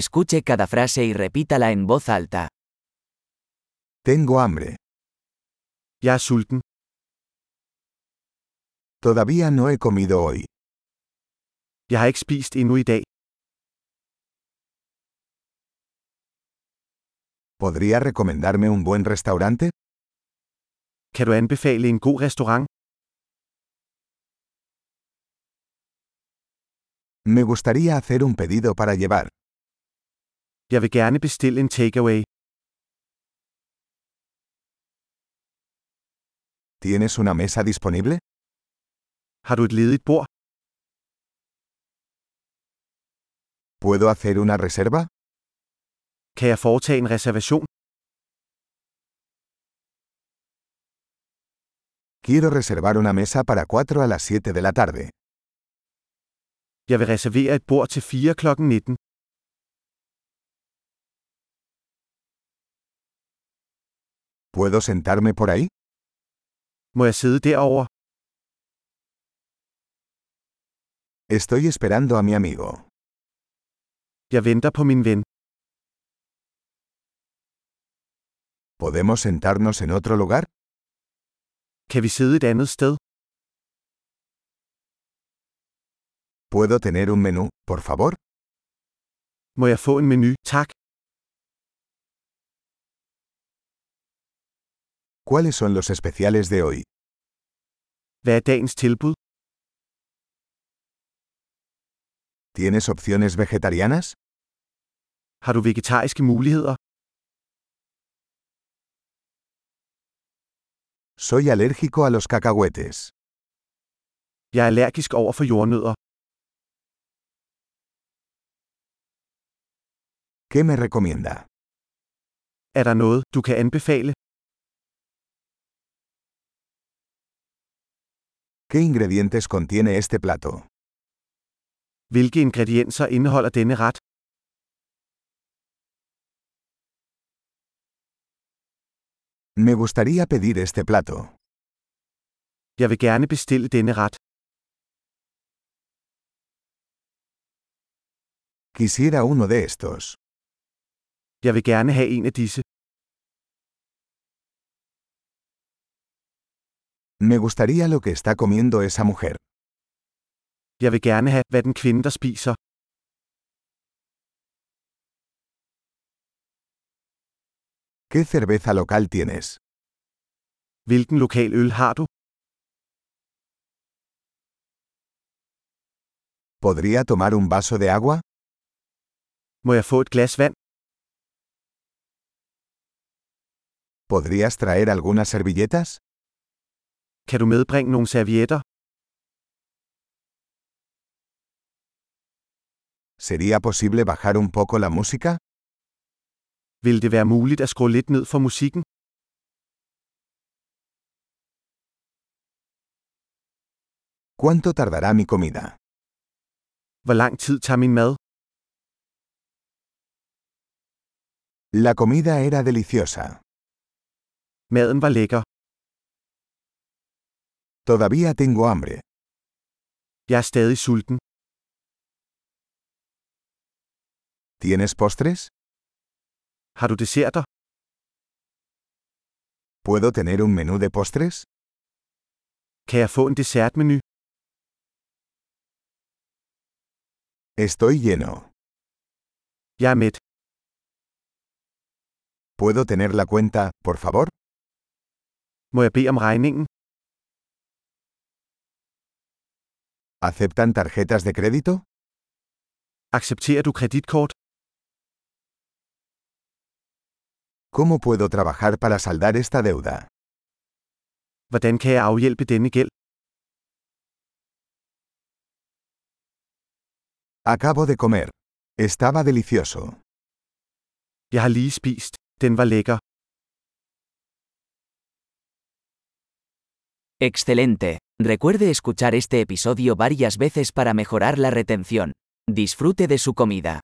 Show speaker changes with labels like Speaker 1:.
Speaker 1: Escuche cada frase y repítala en voz alta.
Speaker 2: Tengo hambre.
Speaker 3: Jeg er sulten.
Speaker 2: Todavía no he comido hoy.
Speaker 3: Jeg har ikke spist endnu i dag.
Speaker 2: ¿Podría recomendarme un buen restaurante?
Speaker 3: Kan du anbefale en god restaurant?
Speaker 2: Me gustaría hacer un pedido para llevar.
Speaker 3: Jeg vil gerne bestille en takeaway.
Speaker 2: ¿Tienes una mesa disponible?
Speaker 3: Har du et ledigt bord?
Speaker 2: ¿Puedo hacer una reserva?
Speaker 3: Kan jeg foretage en reservation?
Speaker 2: Quiero reservar una mesa para 4 a las 7 de la tarde.
Speaker 3: Jeg vil reservere et bord til 4 kl. 19.
Speaker 2: ¿Puedo sentarme por ahí?
Speaker 3: Må jeg sidde derovre?
Speaker 2: Estoy esperando a mi amigo.
Speaker 3: Jeg venter på min ven.
Speaker 2: ¿Podemos sentarnos en otro lugar?
Speaker 3: Kan vi sidde et andet sted?
Speaker 2: ¿Puedo tener un menú, por favor?
Speaker 3: Må jeg få en menu? Tak.
Speaker 2: ¿Cuáles son los especiales de hoy?
Speaker 3: Hvad er dagens tilbud?
Speaker 2: ¿Tienes opciones vegetarianas?
Speaker 3: Har du vegetariske muligheder?
Speaker 2: Soy alérgico a los cacahuetes.
Speaker 3: Jeg er allergisk over for jordnødder.
Speaker 2: ¿Qué me recomienda?
Speaker 3: Er der noget, du kan anbefale?
Speaker 2: ¿Qué ingredientes contiene este plato?
Speaker 3: Hvilke ingredienser indeholder denne ret?
Speaker 2: Me gustaría pedir este plato.
Speaker 3: Jeg vil gerne bestille denne ret.
Speaker 2: Quisiera uno de estos.
Speaker 3: Jeg vil gerne have en af disse.
Speaker 2: Me gustaría lo que está comiendo esa mujer.
Speaker 3: Jeg vil gerne have, hvad den kvinde, der spiser.
Speaker 2: ¿Qué cerveza local tienes?
Speaker 3: Hvilken lokal øl har du?
Speaker 2: ¿Podría tomar un vaso de agua?
Speaker 3: Må jeg få et glas vand?
Speaker 2: ¿Podrías traer algunas servilletas?
Speaker 3: Kan du medbringe nogle servietter?
Speaker 2: ¿Sería posible bajar un poco la música?
Speaker 3: Vil det være muligt at skrue lidt ned for musikken?
Speaker 2: ¿Cuánto tardará mi comida?
Speaker 3: Hvor lang tid tager min mad?
Speaker 2: La comida era deliciosa.
Speaker 3: Maden var lækker.
Speaker 2: Todavía tengo hambre.
Speaker 3: Jeg er stadig sulten.
Speaker 2: ¿Tienes postres?
Speaker 3: Har du desserter?
Speaker 2: ¿Puedo tener un menú de postres?
Speaker 3: Kan jeg få en dessertmenu?
Speaker 2: Estoy lleno.
Speaker 3: Jeg er mæt.
Speaker 2: ¿Puedo tener la cuenta, por favor?
Speaker 3: Må jeg bede om regningen?
Speaker 2: ¿Aceptan tarjetas de crédito?
Speaker 3: Accepterer du kreditkort?
Speaker 2: ¿Cómo puedo trabajar para saldar esta deuda?
Speaker 3: Hvordan kan jeg afhjælpe denne gæld?
Speaker 2: Acabo de comer. Estaba delicioso.
Speaker 3: Jeg har lige spist. Den var lækker.
Speaker 1: Excelente. Recuerde escuchar este episodio varias veces para mejorar la retención. Disfrute de su comida.